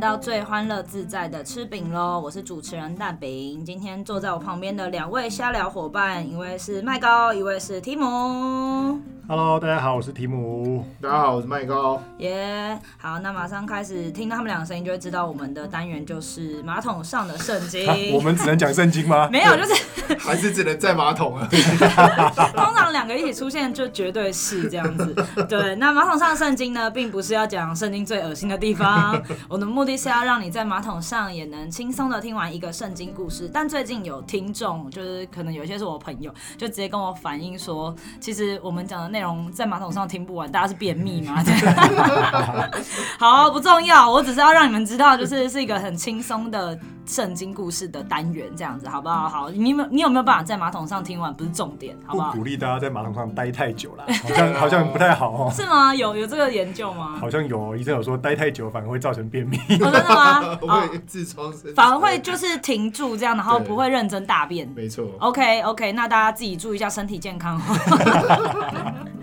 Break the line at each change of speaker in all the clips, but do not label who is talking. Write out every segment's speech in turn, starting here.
到最欢乐自在的吃饼喽！我是主持人蛋饼，今天坐在我旁边的两位瞎聊伙伴，一位是麦高，一位是提姆。
Hello，大家好，我是提姆。
大家好，我是麦高。
耶、好，那马上开始听到他们两个声音，就会知道我们的单元就是马桶上的圣经。
啊我们只能讲圣经吗？
没有，就是
还是只能在马桶 啊？？
通常两个一起出现，就绝对是这样子。对，那马桶上的圣经呢，并不是要讲圣经最恶心的地方，我的目的是要让你在马桶上也能轻松的听完一个圣经故事。但最近有听众，就是可能有些是我朋友，就直接跟我反映说，其实我们讲的内容在马桶上听不完，大家是便秘吗？这样 好，不重要，我只是要让你们知道，就是是一个很轻松的圣经故事的单元，这样子好不好？好，你有没有你有没有办法在马桶上听完？不是重点，好
不
不好？
鼓励大家在马桶上待太久啦，好像好像不太好哦。
是吗？有有这个研究吗？
好像有哦医生有说，待太久反而会造成便秘。
哦，真的吗
我
哦，
也痔疮生
反而会就是停住这样，然后不会认真大便。
没错。
OK OK，那大家自己注意一下身体健康哦。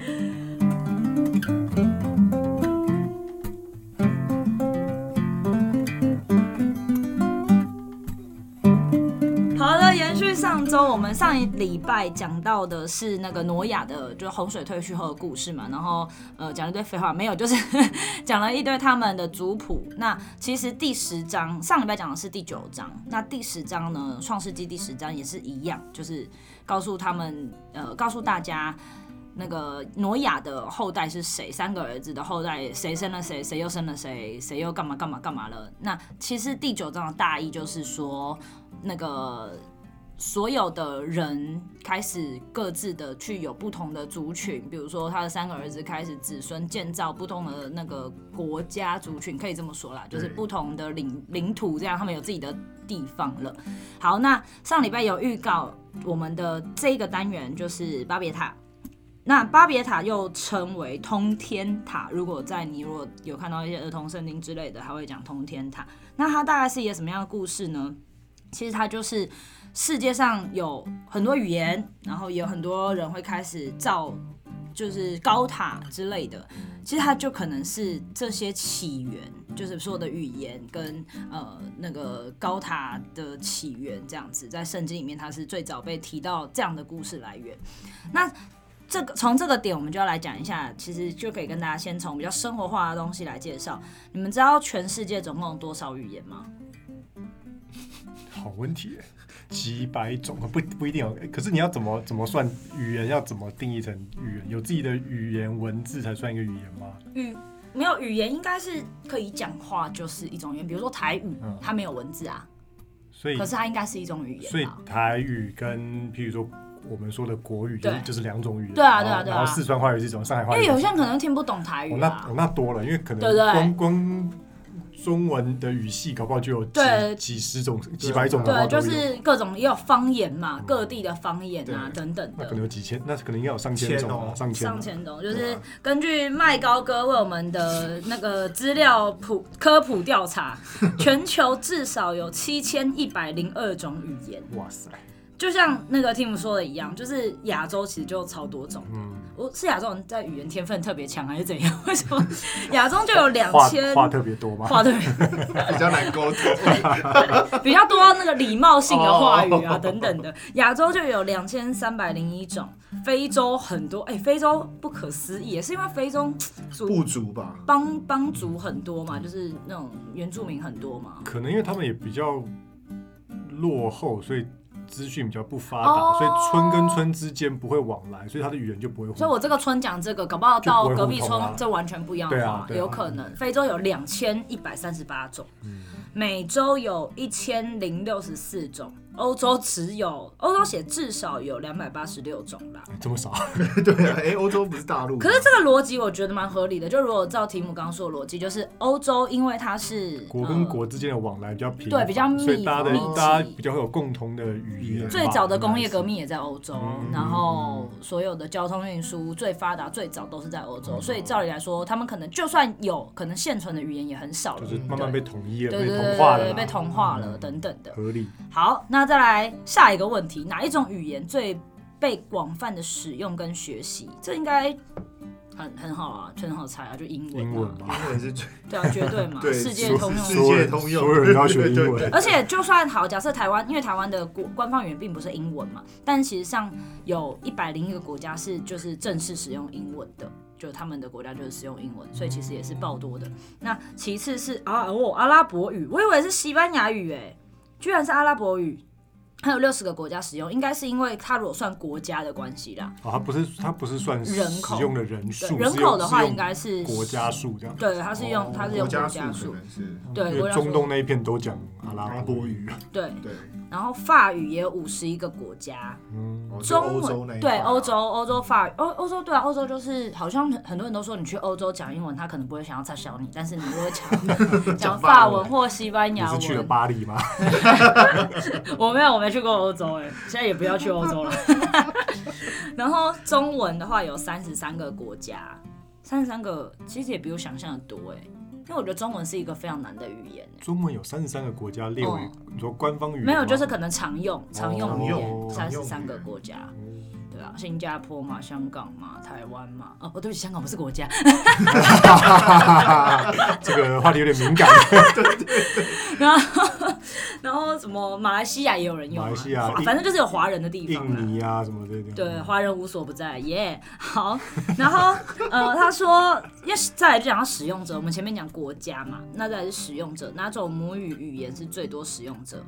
好的，延续上周，我们上一礼拜讲到的是那个挪亚的，就是洪水退去后的故事嘛。然后呃，讲了一堆废话，没有，就是讲了一堆他们的族谱。那其实第十章上礼拜讲的是第九章，那第十章呢，《创世纪》第十章也是一样，就是告诉他们呃，告诉大家。那个挪亚的后代是谁？三个儿子的后代，谁生了谁？谁又生了谁？谁又干嘛干嘛干嘛了？那其实第九章的大意就是说，那个所有的人开始各自的去有不同的族群，比如说他的三个儿子开始子孙建造不同的那个国家族群，可以这么说啦，就是
对
不同的领领土，这样他们有自己的地方了。好，那上礼拜有预告我们的这个单元就是巴别塔。那巴别塔又称为通天塔，如果在你如果有看到一些儿童圣经之类的，还会讲通天塔。那它大概是一个什么样的故事呢？其实它就是世界上有很多语言，然后也有很多人会开始造，就是高塔之类的。其实它就可能是这些起源，就是所有的语言跟呃那个高塔的起源这样子，在圣经里面它是最早被提到这样的故事来源。那这个从这个点，我们就要来讲一下，其实就可以跟大家先从比较生活化的东西来介绍。你们知道全世界总共有多少语言吗？
好问题耶，几百种不不一定有。可是你要怎么怎么算语言？要怎么定义成语言？有自己的语言文字才算一个语言吗？
语没有语言应该是可以讲话，就是一种语言。比如说台语
嗯，
它没有文字啊，
所以
可是它应该是一种语
所
言啊
以
吧？
台语跟譬如说我们说的国语就是
对
就是两种语言。
对啊对啊
然后
对啊
然后四川话语是一种，上海
因
话语
为
是一种
有些人可能听不懂台
哦，
语
那
啊
哦。那多了，因为可
对不对
能光光中文的语系，搞不好就有
对
几几十种、几百种，搞不好
对，
都
就
有。
是各种也有方言
嗯
嘛，各地的方言啊
对
等等
那可能
的。
有几千，那可能应该有上千种
千
啊，
哦
上千啊。
上千种，就是
对啊
根据麦高哥为我们的那个资料普科普调查，全球至少有七千一百零二种语言。
哇塞，
就像那个 Tim 说的一样，就是亚洲其实就超多种。
嗯，
我是亚洲人在语言天分特别强还是怎样？ 为什么亚洲就有两
话
千
话特别多吗？
话对
比较难沟通。
比较多那个礼貌性的话语啊
哦
等等的。亚洲就有两千三百零一种，非洲很多，哎、非洲不可思议，也是因为非洲
不
族
足吧？
帮帮族很多
嗯
嘛，就是那种原住民很多嘛。
可能因为他们也比较落后，所以资讯比较不发
哦
达，所以村跟村之间不会往来，所以他的语言就不会互。
所以我这个村讲这个，搞不好到
就不会
隔壁
互
村
通啊
这完全不一样的
对
话，
啊对啊
有可能。非洲有两千一百三十八种，
嗯
美洲有一千零六十四种，欧洲只有欧洲写至少有两百八十六种啦。
哎这么少，
对啊，哎，欧洲不是大陆吗？
可是这个逻辑我觉得蛮合理的，就如果照题目刚刚说的逻辑，就是欧洲因为它是呃
国跟、国之间的往来比较频
嗯
繁，
对比较密
所以大
密
家的
集
大家比较会有共同的语言吧。
呃最早的工业革命也在欧洲，
嗯
然后所有的交通运输最发达最早都是在欧洲，
嗯
所以照理来说，他们可能就算有可能现存的语言也很少了，
就是慢慢被统一
嗯
了，
对对
被
对
同
对
化
对
了
对
啦，嗯
被同化了等等的。
合理。
好，那再来下一个问题，哪一种语言最被广泛的使用跟学习？这应该很很好啊，很好猜啊，就英文、啊。
英文吧，
英文是最
对啊，绝对嘛，
对
世界
所
通用
世
语。
所有人
界通用
所有人都 要学英 文。
而且就算好，假设台湾，因为台湾的国官方语言并不是英文嘛，但其实上有一百零一个国家是就是正式使用英文的，就他们的国家就是使用英文，所以其实也是爆多的。那其次 是啊哦阿拉伯语，我以为是西班牙语诶、哎居然是阿拉伯语。还有六十个国家使用，应该是因为它如果算国家的关系啦，
哦，它不是它不是算使
人口
用的人数，
对人
是用
口的话
是用
应该是
国家哦数这样。
对，它是用它是用
国
国
家
家
数
数
可，能是
对
因
国
为
家数嗯
中东那一片都讲阿拉伯语，
对。
对，
然后法语也有五十一个国家，
嗯，
哦就
中
欧洲那
文
一
对
块啊
欧洲，欧洲法欧欧洲对啊，欧洲就是好像很很多人都说你去欧洲讲英文，他可能不会想要嘲笑你，但是你如果讲讲法文或西班
你
牙
是去了
文，
巴黎吗？
我没有我没去过欧洲哎、现在也不要去欧洲了。 然后中文的话有三十三个国家，三十三个其实也比我想象的多哎、因为我觉得中文是一个非常难的语言、欸
中文有三十三个国家列为
哦
你说官方语言吗，哦
没有，就是可能常用常用语言，
常
三
用
十三个国家，对啊，新加坡嘛，香港嘛，台湾嘛，哦，对不起，香港不是国家，
这个话题有 点敏感。
然后然后什么马来西亚也有人用、啊，
马来西亚
华
印
反正就是有华人的地方、啊，
印尼啊什么这些，
对，华人无所不在，耶、好，然后呃，他说，要是再来就讲到使用者，我们前面讲国家嘛，那再来是使用者，哪种母语语言是最多使用者？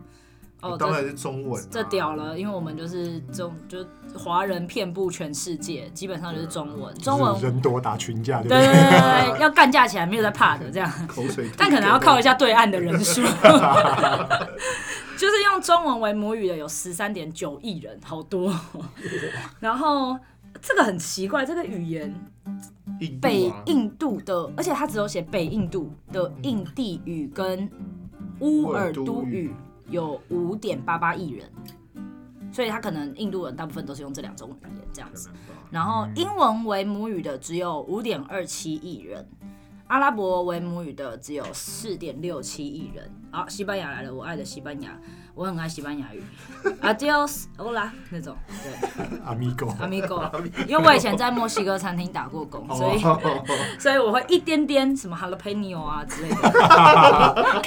哦，
当
这
然是中文啊，
这屌了，因为我们就是中，就华人遍布全世界，基本上就是中文，中文
就，是人多打群架，对不
对对对对 对，要干架起来没有在怕的这样，
口水，
但可能要靠一下对岸的人 数，就是用中文为母语的有十三点九亿人，好多 哦、然后这个很奇怪，这个语言
印度
北
啊
印度的，而且它只有写北印度的印地语跟乌尔都语有五点八八亿人，所以它可能印度人大部分都是用这两种语言这样子。然后英文为母语的只有五点二七亿人，阿拉伯为母语的只有四点六七亿人。好，西班牙来了，我爱的西班牙，我很爱西班牙语，Adios hola 那种，对
，amigo，
，Amigo，因为我以前在墨西哥餐厅打过工，所以。 所以我会一点点什么 jalapeno 啊之类的，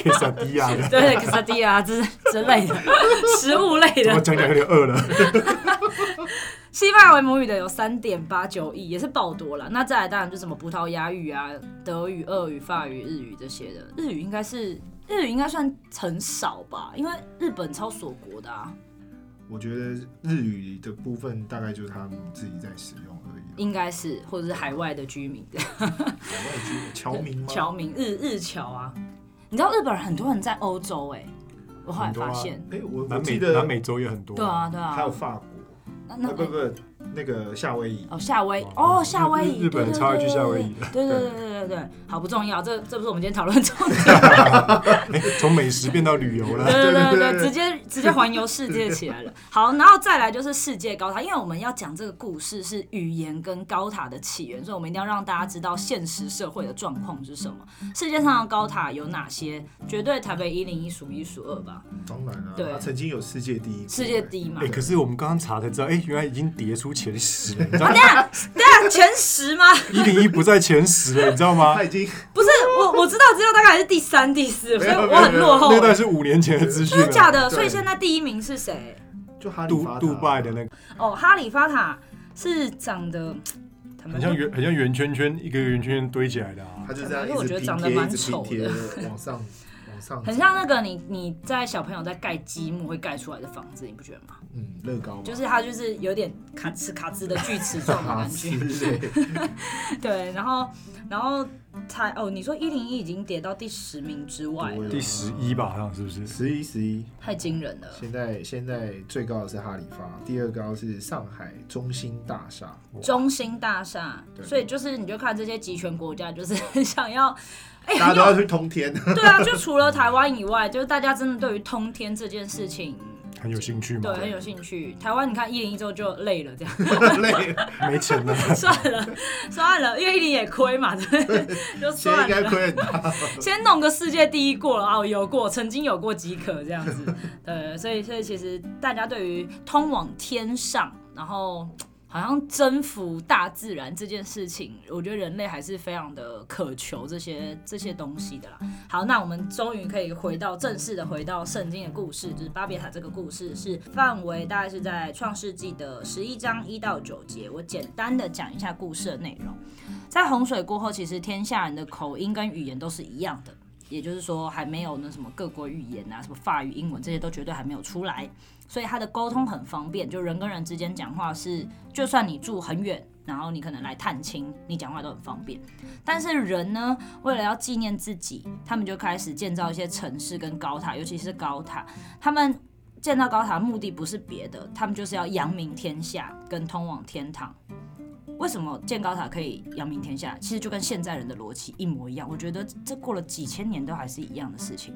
可以撒迪亚的，
对 c a s a d i a 啊之之类的 食物类
我
的。
讲讲有点饿了。
西班牙为母语的有三点八九亿，也是爆多了。那再来当然就是什么葡萄牙语啊、德语、俄语、法语、日语这些的。日语应该是日语应该算很少吧，因为日本超锁国的啊，
我觉得日语的部分大概就是他们自己在使用而已啊。
应该是或者是海外的居民
海外居侨民吗？
侨民日日侨啊。你知道日本人很多人在欧洲哎、我后来
很多啊
发现，
哎，我我
南美
记得
南美洲也很多，嗯
对啊对啊，
还有法国，
那
啊
那
不不，那个夏威夷，
哦，夏威
哦
哦，夏威夷，
日日本人超爱去夏威夷
对对对对对对对对，好不重要，这这不是我们今天讨论重 点，啊
哎，从美食变到旅游了。
对对对
对
对
对
对，
对
直接直接环游世界起来了。好，然后再来就是世界高塔，因为我们要讲这个故事是语言跟高塔的起源，所以我们一定要让大家知道现实社会的状况是什么，世界上的高塔有哪些，绝对台北一零一数一数二 吧，
当然啊，
对
他曾经有世界第一过，
世界第一嘛
哎，。可是我们刚刚查才知道，哎，原来已经跌出前十了，你知道
啊，等 一下等一下，前十吗？
一零一不在前十了，你知道吗
他？已经
不是，我我知道，知道大概是第三、第四，所以我很落后
那。段是五年前的资讯
真的假
了。
的？
对
所以现在第一名是谁？
就哈利
杜
法塔
杜拜的那个，
哦，哈利法塔是长得，坦白
很像
说，
圆，很像圆圈圈，一个圆圈圈堆起来的啊。
他就这样一
我觉得
直
长
拼
得
贴，
蛮
一直
丑
拼
的
贴 往上往上，
很像那个你你在小朋友在盖积木会盖出来的房子，你不觉得吗？
嗯乐高嘛，
就是它就是有点卡哧卡哧的锯齿状的
塔
感
斯
觉。
类，
对，然后然后才哦，你说一零一已经跌到第十名之外了，
第十一吧，好像是不是？
十一十一，
太惊人了。
现在现在最高的是哈利发，第二高是上海中心大厦，
中心大厦，
对
所以就是你就看这些集权国家，就是 想要，哎、
大家
很
都
有
要去通天，
对啊，就除了台湾以外，就是大家真的对于通天这件事情，
很有兴趣吗？
对很有兴趣。台湾你看一零一之后就累了，这样。
累了，
没钱了。
算了算了，因为你也亏嘛，对不对，就
现在
算
应该
了。
亏很大，
先弄个世界第一过了啊，有过，曾经有过即可这样子。对，所以所以其实大家对于通往天上，然后好像征服大自然这件事情，我觉得人类还是非常的渴求这些这些东西的啦。好，那我们终于可以回到正式的回到圣经的故事，就是巴别塔这个故事是范围大概是在创世纪的十一章一到九节。我简单的讲一下故事的内容。在洪水过后，其实天下人的口音跟语言都是一样的，也就是说还没有那什么各国语言啊，什么法语、英文这些都绝对还没有出来，所以他的沟通很方便，就人跟人之间讲话是，就算你住很远。然后你可能来探亲，你讲话都很方便。但是人呢，为了要纪念自己，他们就开始建造一些城市跟高塔，尤其是高塔。他们建造高塔的目的不是别的，他们就是要扬名天下，跟通往天堂。为什么建高塔可以扬名天下？其实就跟现在人的逻辑一模一样。我觉得这过了几千年都还是一样的事情。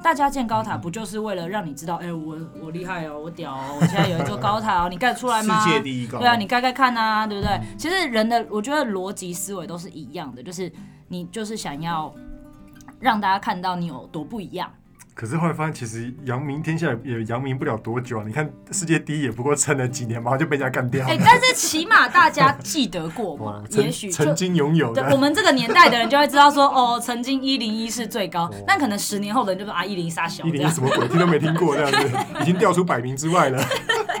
大家建高塔不就是为了让你知道，哎、我我厉害哦，我屌哦，我现在有一座高塔哦，你盖得出来吗？
世界第一高，
对啊，你盖盖看啊，对不对？其实人的，我觉得逻辑思维都是一样的，就是你就是想要让大家看到你有多不一样。
可是后来发现，其实扬名天下也扬名不了多久啊！你看世界第一也不过撑了几年，马上就被人家干掉
哎、
了。
但是起码大家记得过
哇
嘛，
曾
也许就
曾。经拥有
对
的，
我们这个年代的人就会知道说，哦，曾经一零一是最高，但可能十年后的人就说啊，一零杀小
哦一
这
零一
样，
什么鬼，听都没听过这 样子，已经掉出百名之外了。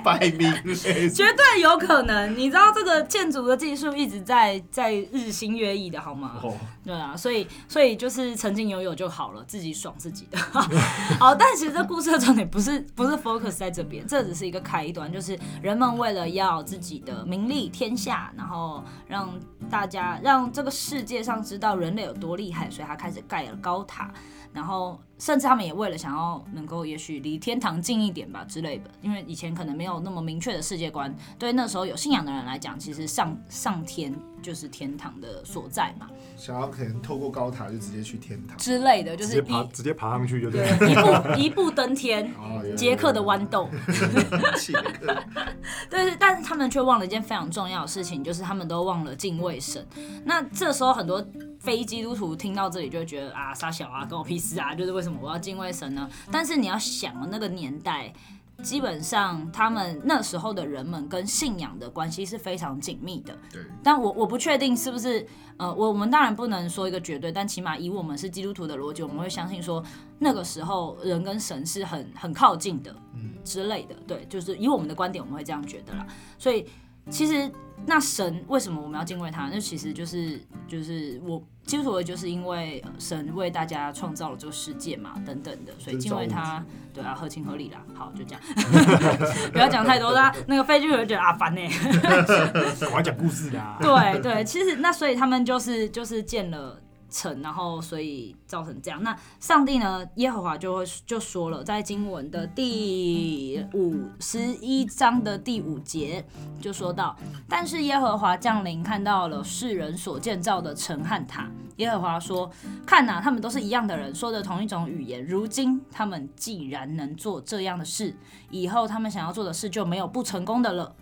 百名 类
绝对有可能。你知道这个建筑的技术一直在在日新月异的好吗？
哦，
对啊，所以所以就是曾经拥有就好了，自己爽自己的。 好，但其实这故事的重点不是不是 focus 在这边，这只是一个开端，就是人们为了要自己的名利天下，然后让大家让这个世界上知道人类有多厉害，所以他开始盖了高塔，然后甚至他们也为了想要能够也许离天堂近一点吧之类的，因为以前可能没有那么明确的世界观，对那时候有信仰的人来讲，其实上上天就是天堂的所在嘛。
想要可能透过高塔就直接去天 堂。
之类的，就
直
是
接爬，
一
直接爬上去就对了。
对一步一步登天。
哦，有
捷克的豌豆，
捷克，
但是但是他们却忘了一件非常重要的事情，就是他们都忘了敬畏神。那这时候很多非基督徒听到这里就会觉得啊，傻小啊，跟我屁事啊，就是为什么我要敬畏神呢？但是你要想，那个年代基本上他们那时候的人们跟信仰的关系是非常紧密的。
对，
但我我不确定是不是呃，我我们当然不能说一个绝对，但起码以我们是基督徒的逻辑，我们会相信说那个时候人跟神是很很靠近的，之类的。对，就是以我们的观点，我们会这样觉得啦。所以其实那神为什么我们要敬畏他？那其实就是就是我基督徒就是因为呃神为大家创造了这个世界嘛，等等的，所以敬畏他，对啊，合情合理啦。好，就这样， 不要讲太多啦。那个飞机会觉得啊烦呢、
我要讲故事 的、啊。
对对，其实那所以他们就是就是建了城，然后所以造成这样。那上帝呢，耶和华就会就说了，在经文的第五十一章的第五节就说到，但是耶和华降临看到了世人所建造的城和塔，耶和华说：“看呐、他们都是一样的人，说着同一种语言。如今他们既然能做这样的事，以后他们想要做的事就没有不成功的了。”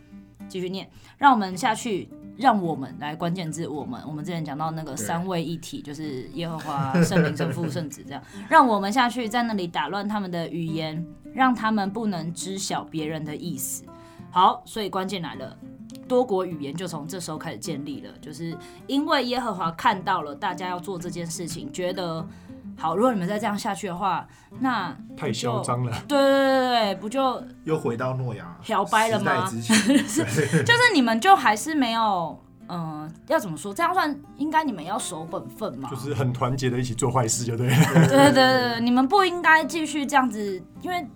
继续念，让我们下去，让我们来关键字，我们我们之前讲到那个
对
三位一体，就是耶和华、圣灵、圣父、圣子这样，让我们下去在那里打乱他们的语言，让他们不能知晓别人的意思。好，所以关键来了，多国语言就从这时候开始建立了，就是因为耶和华看到了大家要做这件事情，觉得好，如果你们再这样下去的话，那
太嚣张了，
对对对对对，不就
又回到诺亚
摇摆了吗
时代之前
就是你们就还是没有，嗯、要怎么说？这样算应该你们要守本分嘛？
就是很团结的一起做坏事就对了。
对对对对，对你们不应该继续这样子，因为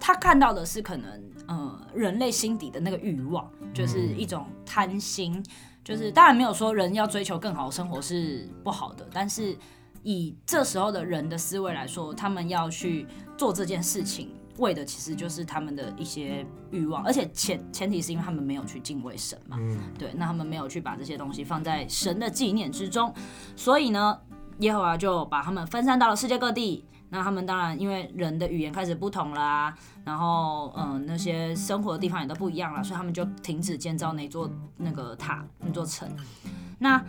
他看到的是可能，呃，人类心底的那个欲望，就是一种贪心，就是当然没有说人要追求更好的生活是不好的，但是以这时候的人的思维来说，他们要去做这件事情。为的其实就是他们的一些欲望，而且前前提是因为他们没有去敬畏神嘛，
嗯，
对，那他们没有去把这些东西放在神的纪念之中，所以呢，耶和华就把他们分散到了世界各地。那他们当然因为人的语言开始不同啦，然后嗯、呃那些生活的地方也都不一样了，所以他们就停止建造那座那个塔那座城。那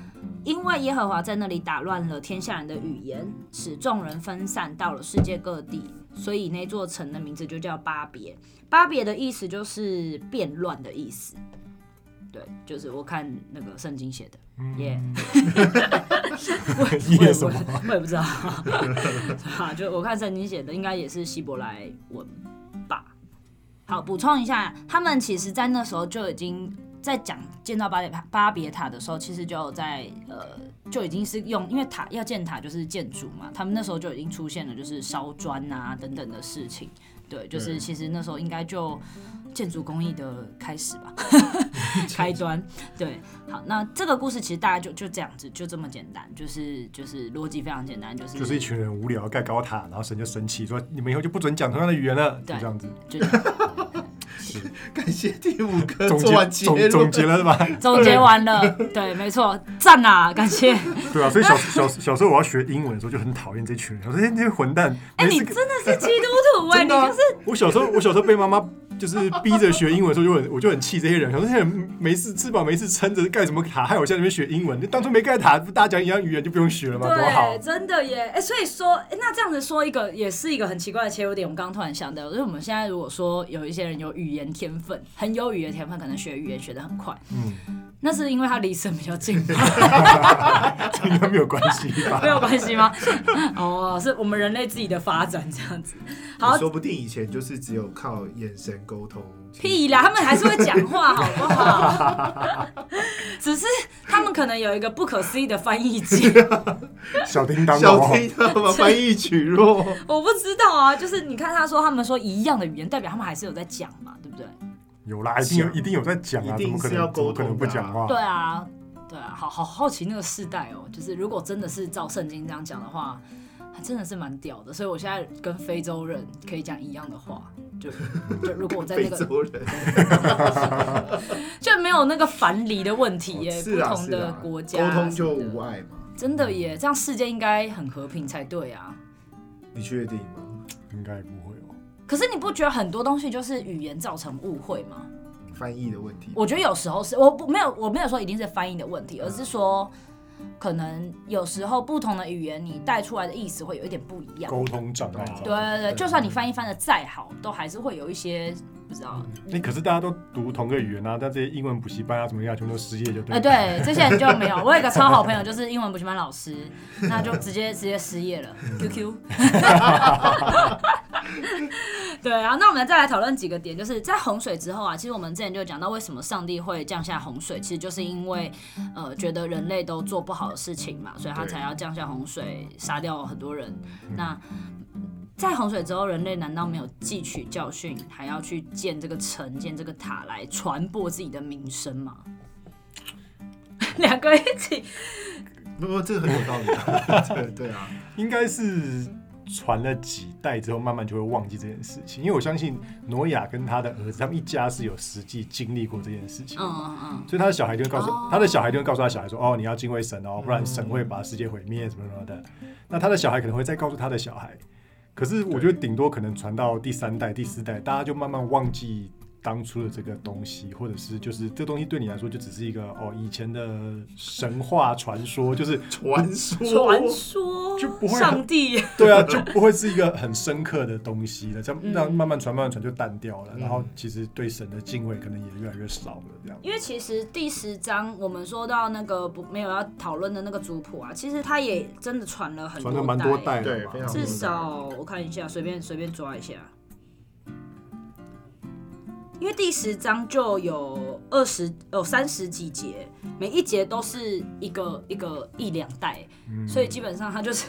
因为耶和华在那里打乱了天下人的语言，使众人分散到了世界各地，所以那座城的名字就叫巴别。巴别的意思就是变乱的意思。对，就是我看那个圣经 写的，
嗯
耶、
你
我也
也
不
什么？
我也不知道， 啊，就我看圣经写的，应该也是希伯来文吧。好，补充一下，他们其实在那时候就已经在讲建造巴别塔巴别塔的时候，其实就有在呃就已经是用，因为塔要建塔就是建筑嘛，他们那时候就已经出现了就是烧砖啊等等的事情。对，就是
对
其实那时候应该就建筑工艺的开始 吧，开端。对，好，那这个故事其实大概就就这样子，就这么简单，就是就是逻辑非常简单，就是
就是一群人无聊盖高塔，然后神就生气说：“你们以后就不准讲同样的语言了。”就
对
这样子，
就这样
感谢第五个
总
做完
结
结
总总
论，
结了是 吧？
总结完 了，对，没错，赞啊，感谢。
对啊，所以小小小时候我要学英文的时候就很讨厌这群人，我说：“哎，这些混蛋！”
哎、
每
你
次
真的是基督徒哎、
真
你
的啊
就是
我小时候， 我小时候被妈妈就是逼着学英文的时候，就很我就很气这些人，想说这些人没事吃饱没事撑着盖什么塔，害我现在在那边学英文。你当初没盖塔，不大家讲一样语言就不用学了吗？多好
对，！真的耶。哎、所以说，哎那这样子说一个也是一个很奇怪的切入点。我刚刚突然想到，就是我们现在如果说有一些人有语言天分，很有语言天分，可能学语言学得很快，
嗯，
那是因为他离神比较近吗？
这 应该没有关系 吧
没？有关系吗？ 哦，是我们人类自己的发展这样子。好
你，说不定以前就是只有靠眼神沟通。
屁啦，他们还是会讲话，好不好？ 只是他们可能有一个不可思议的翻译机，
小叮当，
小听他们翻译曲弱，
我不知道啊。就是你看他说他们说一样的语言，代表他们还是有在讲嘛，对不对？
有啦，一定有，一定有在讲啊，
一
怎么
定
可
是要
能怎么
沟通
可
的啊
能不讲话？
对啊，对啊，好好好奇那个世代哦，就是如果真的是照圣经这样讲的话，还真的是蛮屌的。所以我现在跟非洲人可以讲一样的话， 就就如果我在
非
那个
洲人
就没有那个藩篱的问题耶，
是啊
不同
是
的
啊，
国家
沟通就
什么的
无碍嘛？
真的耶，这样世界应该很和平才对啊。
你确定吗？
应该不会哦。
可是你不觉得很多东西就是语言造成误会吗？
翻译的问题，
我觉得有时候是我不没有我没有说一定是翻译的问题，而是说可能有时候不同的语言你带出来的意思会有一点不一样。
沟通障碍。
对对对，就算你翻译翻的再好，都还是会有一些不知道。
哎、可是大家都读同个语言啊，但这些英文补习班啊，怎么样，全部都失业就对了。
哎、对，这些人就没有。我有一个超好朋友，就是英文补习班老师，那就直接直接失业了。QQ。对啊，那我们再来讨论几个点，就是在洪水之后啊，其实我们之前就有讲到为什么上帝会降下洪水，其实就是因为呃觉得人类都做不好的事情嘛，所以他
对
才要降下洪水，杀掉很多人。那在洪水之后，人类难道没有汲取教训，还要去建这个城、建这个塔来传播自己的名声吗？ 两个一起，
不不，这个很有道 理啊。对对啊，
应该是传了几代之后，慢慢就会忘记这件事情。因为我相信挪亚跟他的儿子，他们一家是有实际经历过这件事情
嗯。嗯嗯，
所以他的小孩就会告诉、
哦
他的小孩就会告诉他小孩说：“哦，你要敬畏神哦，不然神会把世界毁灭什么什么的。”那他的小孩可能会再告诉他的小孩，可是我觉得顶多可能传到第三代、第四代，大家就慢慢忘记当初的这个东西，或者是就是这东西对你来说就只是一个哦以前的神话传说，就是
传说
传说
就不会
上帝，
对啊，就不会是一个很深刻的东西了。这样让慢慢传、慢慢传就淡掉了，然后其实对神的敬畏可能也越来越少了。这样，
因为其实第十章我们说到那个不没有要讨论的那个族谱啊，其实他也真的传了很
传了蛮多代啊了
对
吧
非？常
至少我看一下，随便随便抓一下，因为第十章就有二十有三十几节，每一节都是一个一个一两代，
嗯
所以基本上它就是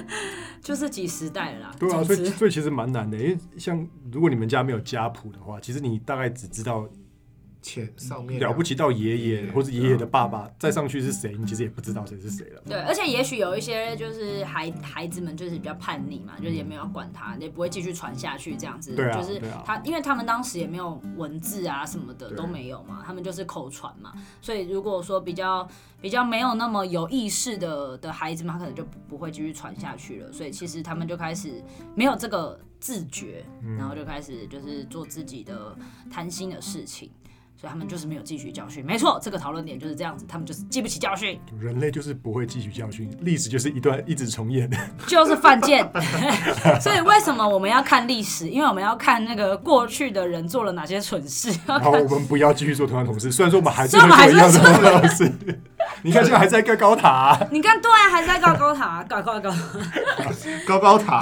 就是几十代了啦。
对啊，
总
所
之
以所以其实蛮难的，因为像如果你们家没有家谱的话，其实你大概只知道
前上面
了不起到爷爷
对
或者爷爷的爸
嗯
爸，再上去是谁，你其实也不知道谁是谁了。
对，而且也许有一些就是孩孩子们就是比较叛逆嘛，就是也没有要管他，也不会继续传下去这样子。
对啊
就是
对啊
他，因为他们当时也没有文字啊什么的
对
都没有嘛，他们就是口传嘛。所以如果说比较比较没有那么有意识的的孩子们，他可能就不不会继续传下去了。所以其实他们就开始没有这
嗯
个自觉，然后就开始就是做自己的贪心的事情。所以他们就是没有汲取教训。没错，这个讨论点就是这样子，他们就是记不起教训，
人类就是不会汲取教训，历史就是一段一直 重演。
就是犯贱。 所以为什么我们要看历史？因为我们要看那个过去的人做了哪些蠢事。
然后我们不要继续做同样的同事，虽然说我们还是
虽然我们
会做一样
还是
的同样的事。你看现在还在盖高塔啊、
你看，对啊，还在高高塔、啊，高高高。
高高塔，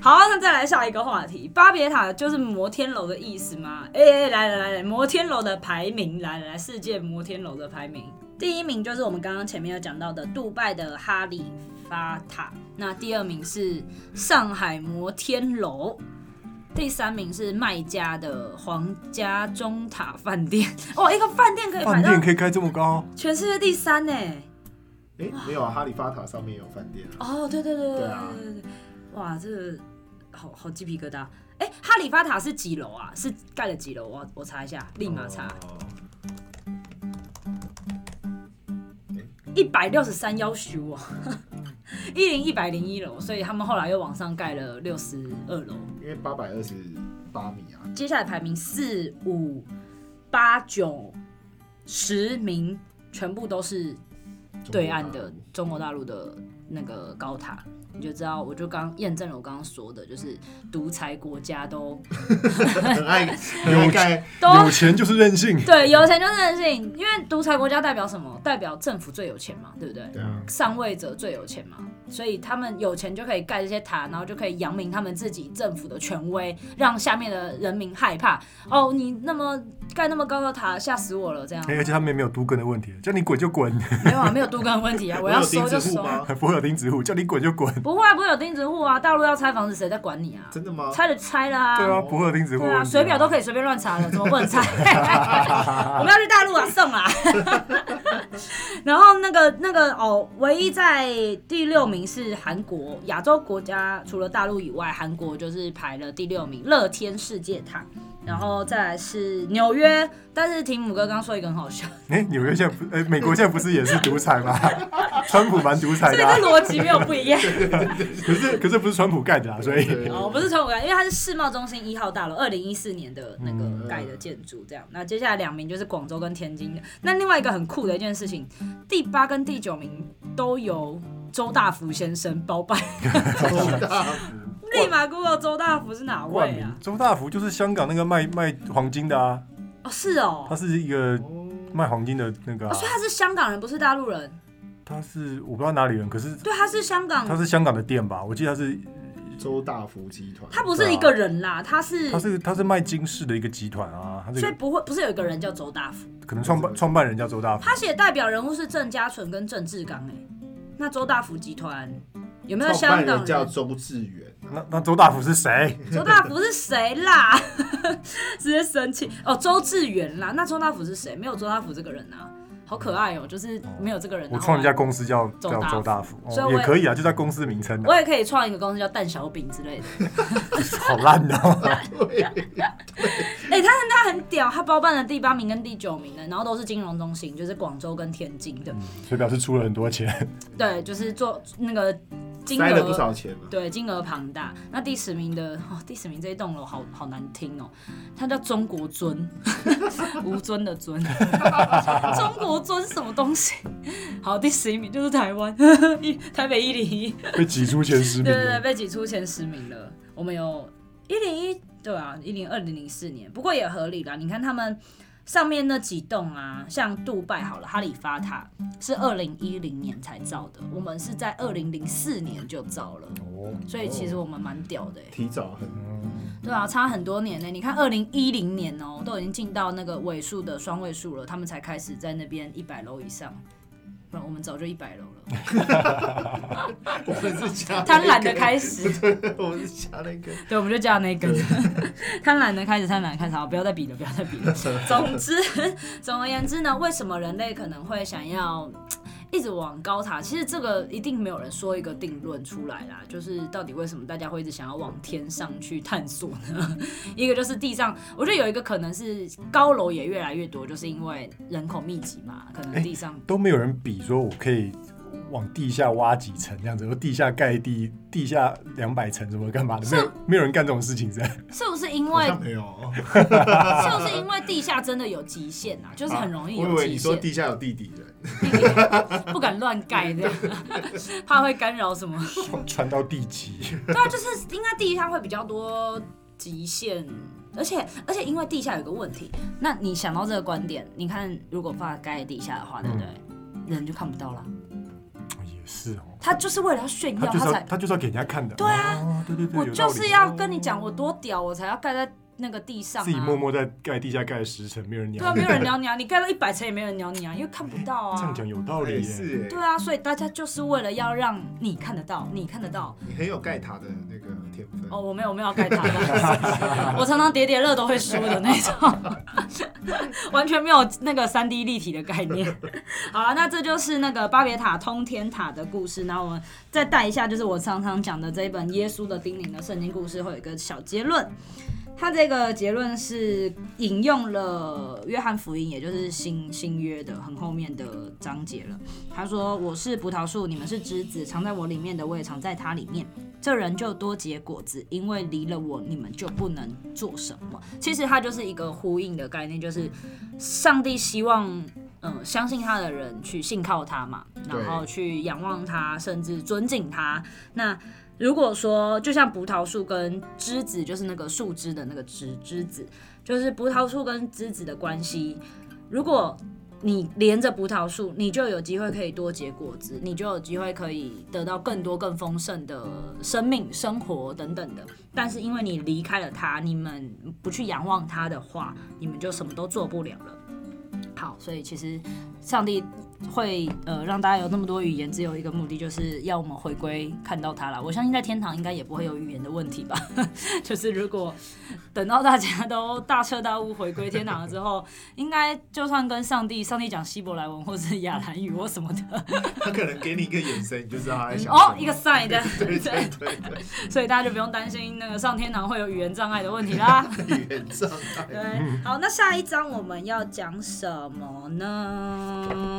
好，那再来下一个话题，巴别塔就是摩天楼的意思吗？哎、哎，来来来来，摩天楼的排名，来来来，世界摩天楼的排名，第一名就是我们刚刚前面有讲到的杜拜的哈利法塔，那第二名是上海摩天楼。第三名是麦家的皇家中塔饭店，哦，一个饭店可以
饭
排到
店可以盖这么高，
全世界第三呢。
哎、没有啊，哈利法塔上面有饭店啊。
哦，对对对对对
对啊
对对，哇，这个好好鸡皮疙瘩。哎，哈利法塔是几楼啊？是盖了几楼？我我查一下，立马查，
哦
一百六十三要求我， 一零一百零一楼，所以他们后来又往上盖了六十二楼。
因为八百二十八米啊，
接下来排名四五八九十名，全部都是
中国
对岸
大
的
陆
中国大陆的那个高塔，你就知道，我就刚验证了我刚刚说的，就是独裁国家都
啊
很爱很爱盖，
都
有钱就是任性。
对，有钱就是任性，因为独裁国家代表什么？代表政府最有钱嘛，对不对？
对啊，
上位者最有钱嘛，所以他们有钱就可以盖这些塔，然后就可以扬明他们自己政府的权威，让下面的人民害怕。哦，你那么盖那么高的塔，吓死我了！ 这样
哎、而且他们也没有都根的问题，叫你滚就滚，
没有啊，没有多根问题啊，我要
有
收
钉
就
子户
收。
吗？
不会有钉子户，叫你滚就滚。
不会啊，不会有钉子户啊，大陆要拆房子谁在管你啊？
真的吗？
拆了就拆了啊。
对啊，不会有钉子户
对
问题、
啊，水表都可以随便乱查了，怎么不能 查？ 我们要去大陆啊， 送啦。然后那个那个哦，唯一在第六名是韩国，亚洲国家除了大陆以外，韩国就是排了第六名，乐天世界塔。然后再来是纽约，但是提姆哥刚说一个很好笑，
哎、纽约现在不，哎、美国现在不是也是独 裁吗？川普蛮独裁
所以
的、
这
啊，
逻辑没有不一样。
可是可是不是川普盖的啊，所以
对
哦，不是川普盖，因为它是世贸中心一号大楼，二零一四年的那
嗯
个盖的建筑这样。那接下来两名就是广州跟天津的。那另外一个很酷的一件事情，第八跟第九名都由周大福先生包办。
周大福
立马 Google 周大福是哪
冠
位
名
啊？
周大福就是香港那个卖卖黄金的啊，
哦，是
他
哦，
是一个
哦
卖黄金的那个、
哦
啊
所以，他是香港人，不是大陆人。
他是我不知道哪里人，可是
对，他是香港
他，是香港的店吧？我记得他是
嗯
周大福集团，
他不是一个人啦，他是
啊他。是他是卖金饰的一个集团啊，他
所以
这
不会，不是有一个人叫周大福，
可能创办创办人叫周大福，
他写代表人物是郑家纯跟郑志刚哎、那周大福集团有没有
创
香
办
港
人
人？
叫周志远，
那那周大福是谁？
周大福是谁啦？ 直接生气哦，周志远啦。那周大福是谁？没有周大福这个人啊，好可爱哦，就是没有这个人。
我创一家
然后
公司叫
周
叫
大福
周大福，
所以
哦、
我也
也可以啊，就叫公司名称
我，
啊，
我也可以创一个公司叫蛋小饼之类的。
好烂的、哦。
哎、他他很屌，他包办了第八名跟第九名的，然后都是金融中心，就是广州跟天津的。
所以表示出了很多钱，
对，就是做那个金
塞了不
额。
少钱呢。
对，金额庞大。那第十名的， 哦，第十名这一栋楼好好难听哦，它叫中国尊， 吴尊的尊， 中国尊什么东西？好，第十一名就是台湾， 一台北一零一，
被挤出前十名
对对对，
了。
被挤出前十名了。我们有一零一，对啊，一零二零零四年，不过也合理啦。你看他们上面那几栋啊，像杜拜好了，哈利法塔是二零一零年才造的，我们是在二零零四年就造了，
哦，
所以其实我们蛮屌的、欸。
提早很
嗯，
对啊，差很多年呢、你看，二零一零年哦、都已经进到那个尾数的双位数了，他们才开始在那边一百楼以上，不然我们早就一百楼了。
我们是加那个
贪婪的，开始，
我们是加那个，
对，我们就加那一根， 贪婪的开始，贪婪的开始，好，不要再比了，不要再比 了。总之， 总而言之呢，为什么人类可能会想要嘖一直往高塔？其实这个一定没有人说一个定论出来啦，就是到底为什么大家会一直想要往天上去探索呢？ 一个就是地上，我觉得有一个可能是高楼也越来越多，就是因为人口密集嘛，可能地上。
都没有人比说我可以往地下挖几层这样子，或地下盖地，地下两百层什么干嘛的，没有没有人干这种事情噻。
是不是因
好
为
像没有。
是不是因为地下真的有极限啊？就是很容易
我以
有
为
极
你说
限，
地下有地底人，
不敢乱盖这样， 怕会干扰什么。
传传到地极，
对啊，就是应该地下会比较多极限，而且而且因为地下有个问题，那你想到这个观点，你看如果放在盖地下的话，对不对？
嗯
人就看不到了，
也是哦。
他就是为了要炫
他
耀，
就是
他
要
才
他就是要给人家看的。
对啊
哦，对对对，
我
有道
就
理
是要跟你讲我多屌，我才要盖在那个地上、啊。
自己默默在盖地下盖了十层，没有人
对啊，
鸟
没
你。
有人鸟你啊，你盖到一百层也没有人鸟你啊，因为看不到
这样
啊。
讲有道理
也
耶。
是
对
哎，
啊，所以大家就是为了要让你看得到，你看得到
你很有盖塔的那个天
嗯
分。
哦，我没有，我没有要盖他的， 我常常叠叠乐都会输的那种， 完全没有那个三 D 立体的概念。好了，那这就是那个巴别塔通天塔的故事。那我们再带一下，就是我常常讲的这一本《耶稣的叮咛》的圣经故事，会有一个小结论。它这个结论是引用了约翰福音，也就是新新约的很后面的章节了。他说：“我是葡萄树，你们是枝子，藏在我里面的，我也藏在它里面。这人就多结果子，因为离了我，你们就不能做什么。”其实它就是一个呼应的概念，就是上帝希望，嗯、相信他的人去信靠他嘛，然后去仰望他，甚至尊敬他。那如果说，就像葡萄树跟枝子，就是那个树枝的那个枝枝子，就是葡萄树跟枝子的关系。如果你连着葡萄树，你就有机会可以多结果子，你就有机会可以得到更多更丰盛的生命、生活等等的。但是因为你离开了它，你们不去仰望它的话，你们就什么都做不了了。好，所以其实上帝会呃让大家有那么多语言，只有一个目的，就是要我们回归看到他啦。我相信在天堂应该也不会有语言的问题吧。 就是如果等到大家都大彻大悟回归天堂了之后，应该就算跟上帝，上帝讲希伯来文或是亚兰
嗯
语或什么的，
他可能给你一个眼神，你就知道他在想什么
哦，一个 sign 的，
对对对对
所以大家就不用担心那个上天堂会有语言障碍的问题啦。
对，语言障碍。
对，好，那下一章我们要讲什么呢？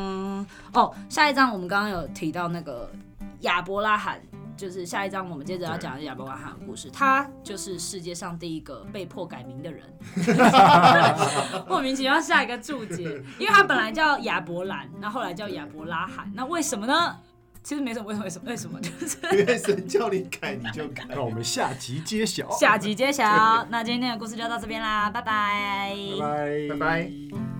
哦，下一章我们刚刚有提到那个亚伯拉罕，就是下一章我们接着要讲的亚伯拉罕的故事，他就是世界上第一个被迫改名的人， 莫名其妙下一个注解，因为他本来叫亚伯兰，那后来叫亚伯拉罕，那为什么呢？其实没什么，为什么？为什么？为什么？就是
因为神叫你改你就改。
那我们下集揭晓。
下集揭晓。那今天的故事就到这边啦，拜拜
拜
拜
拜
拜。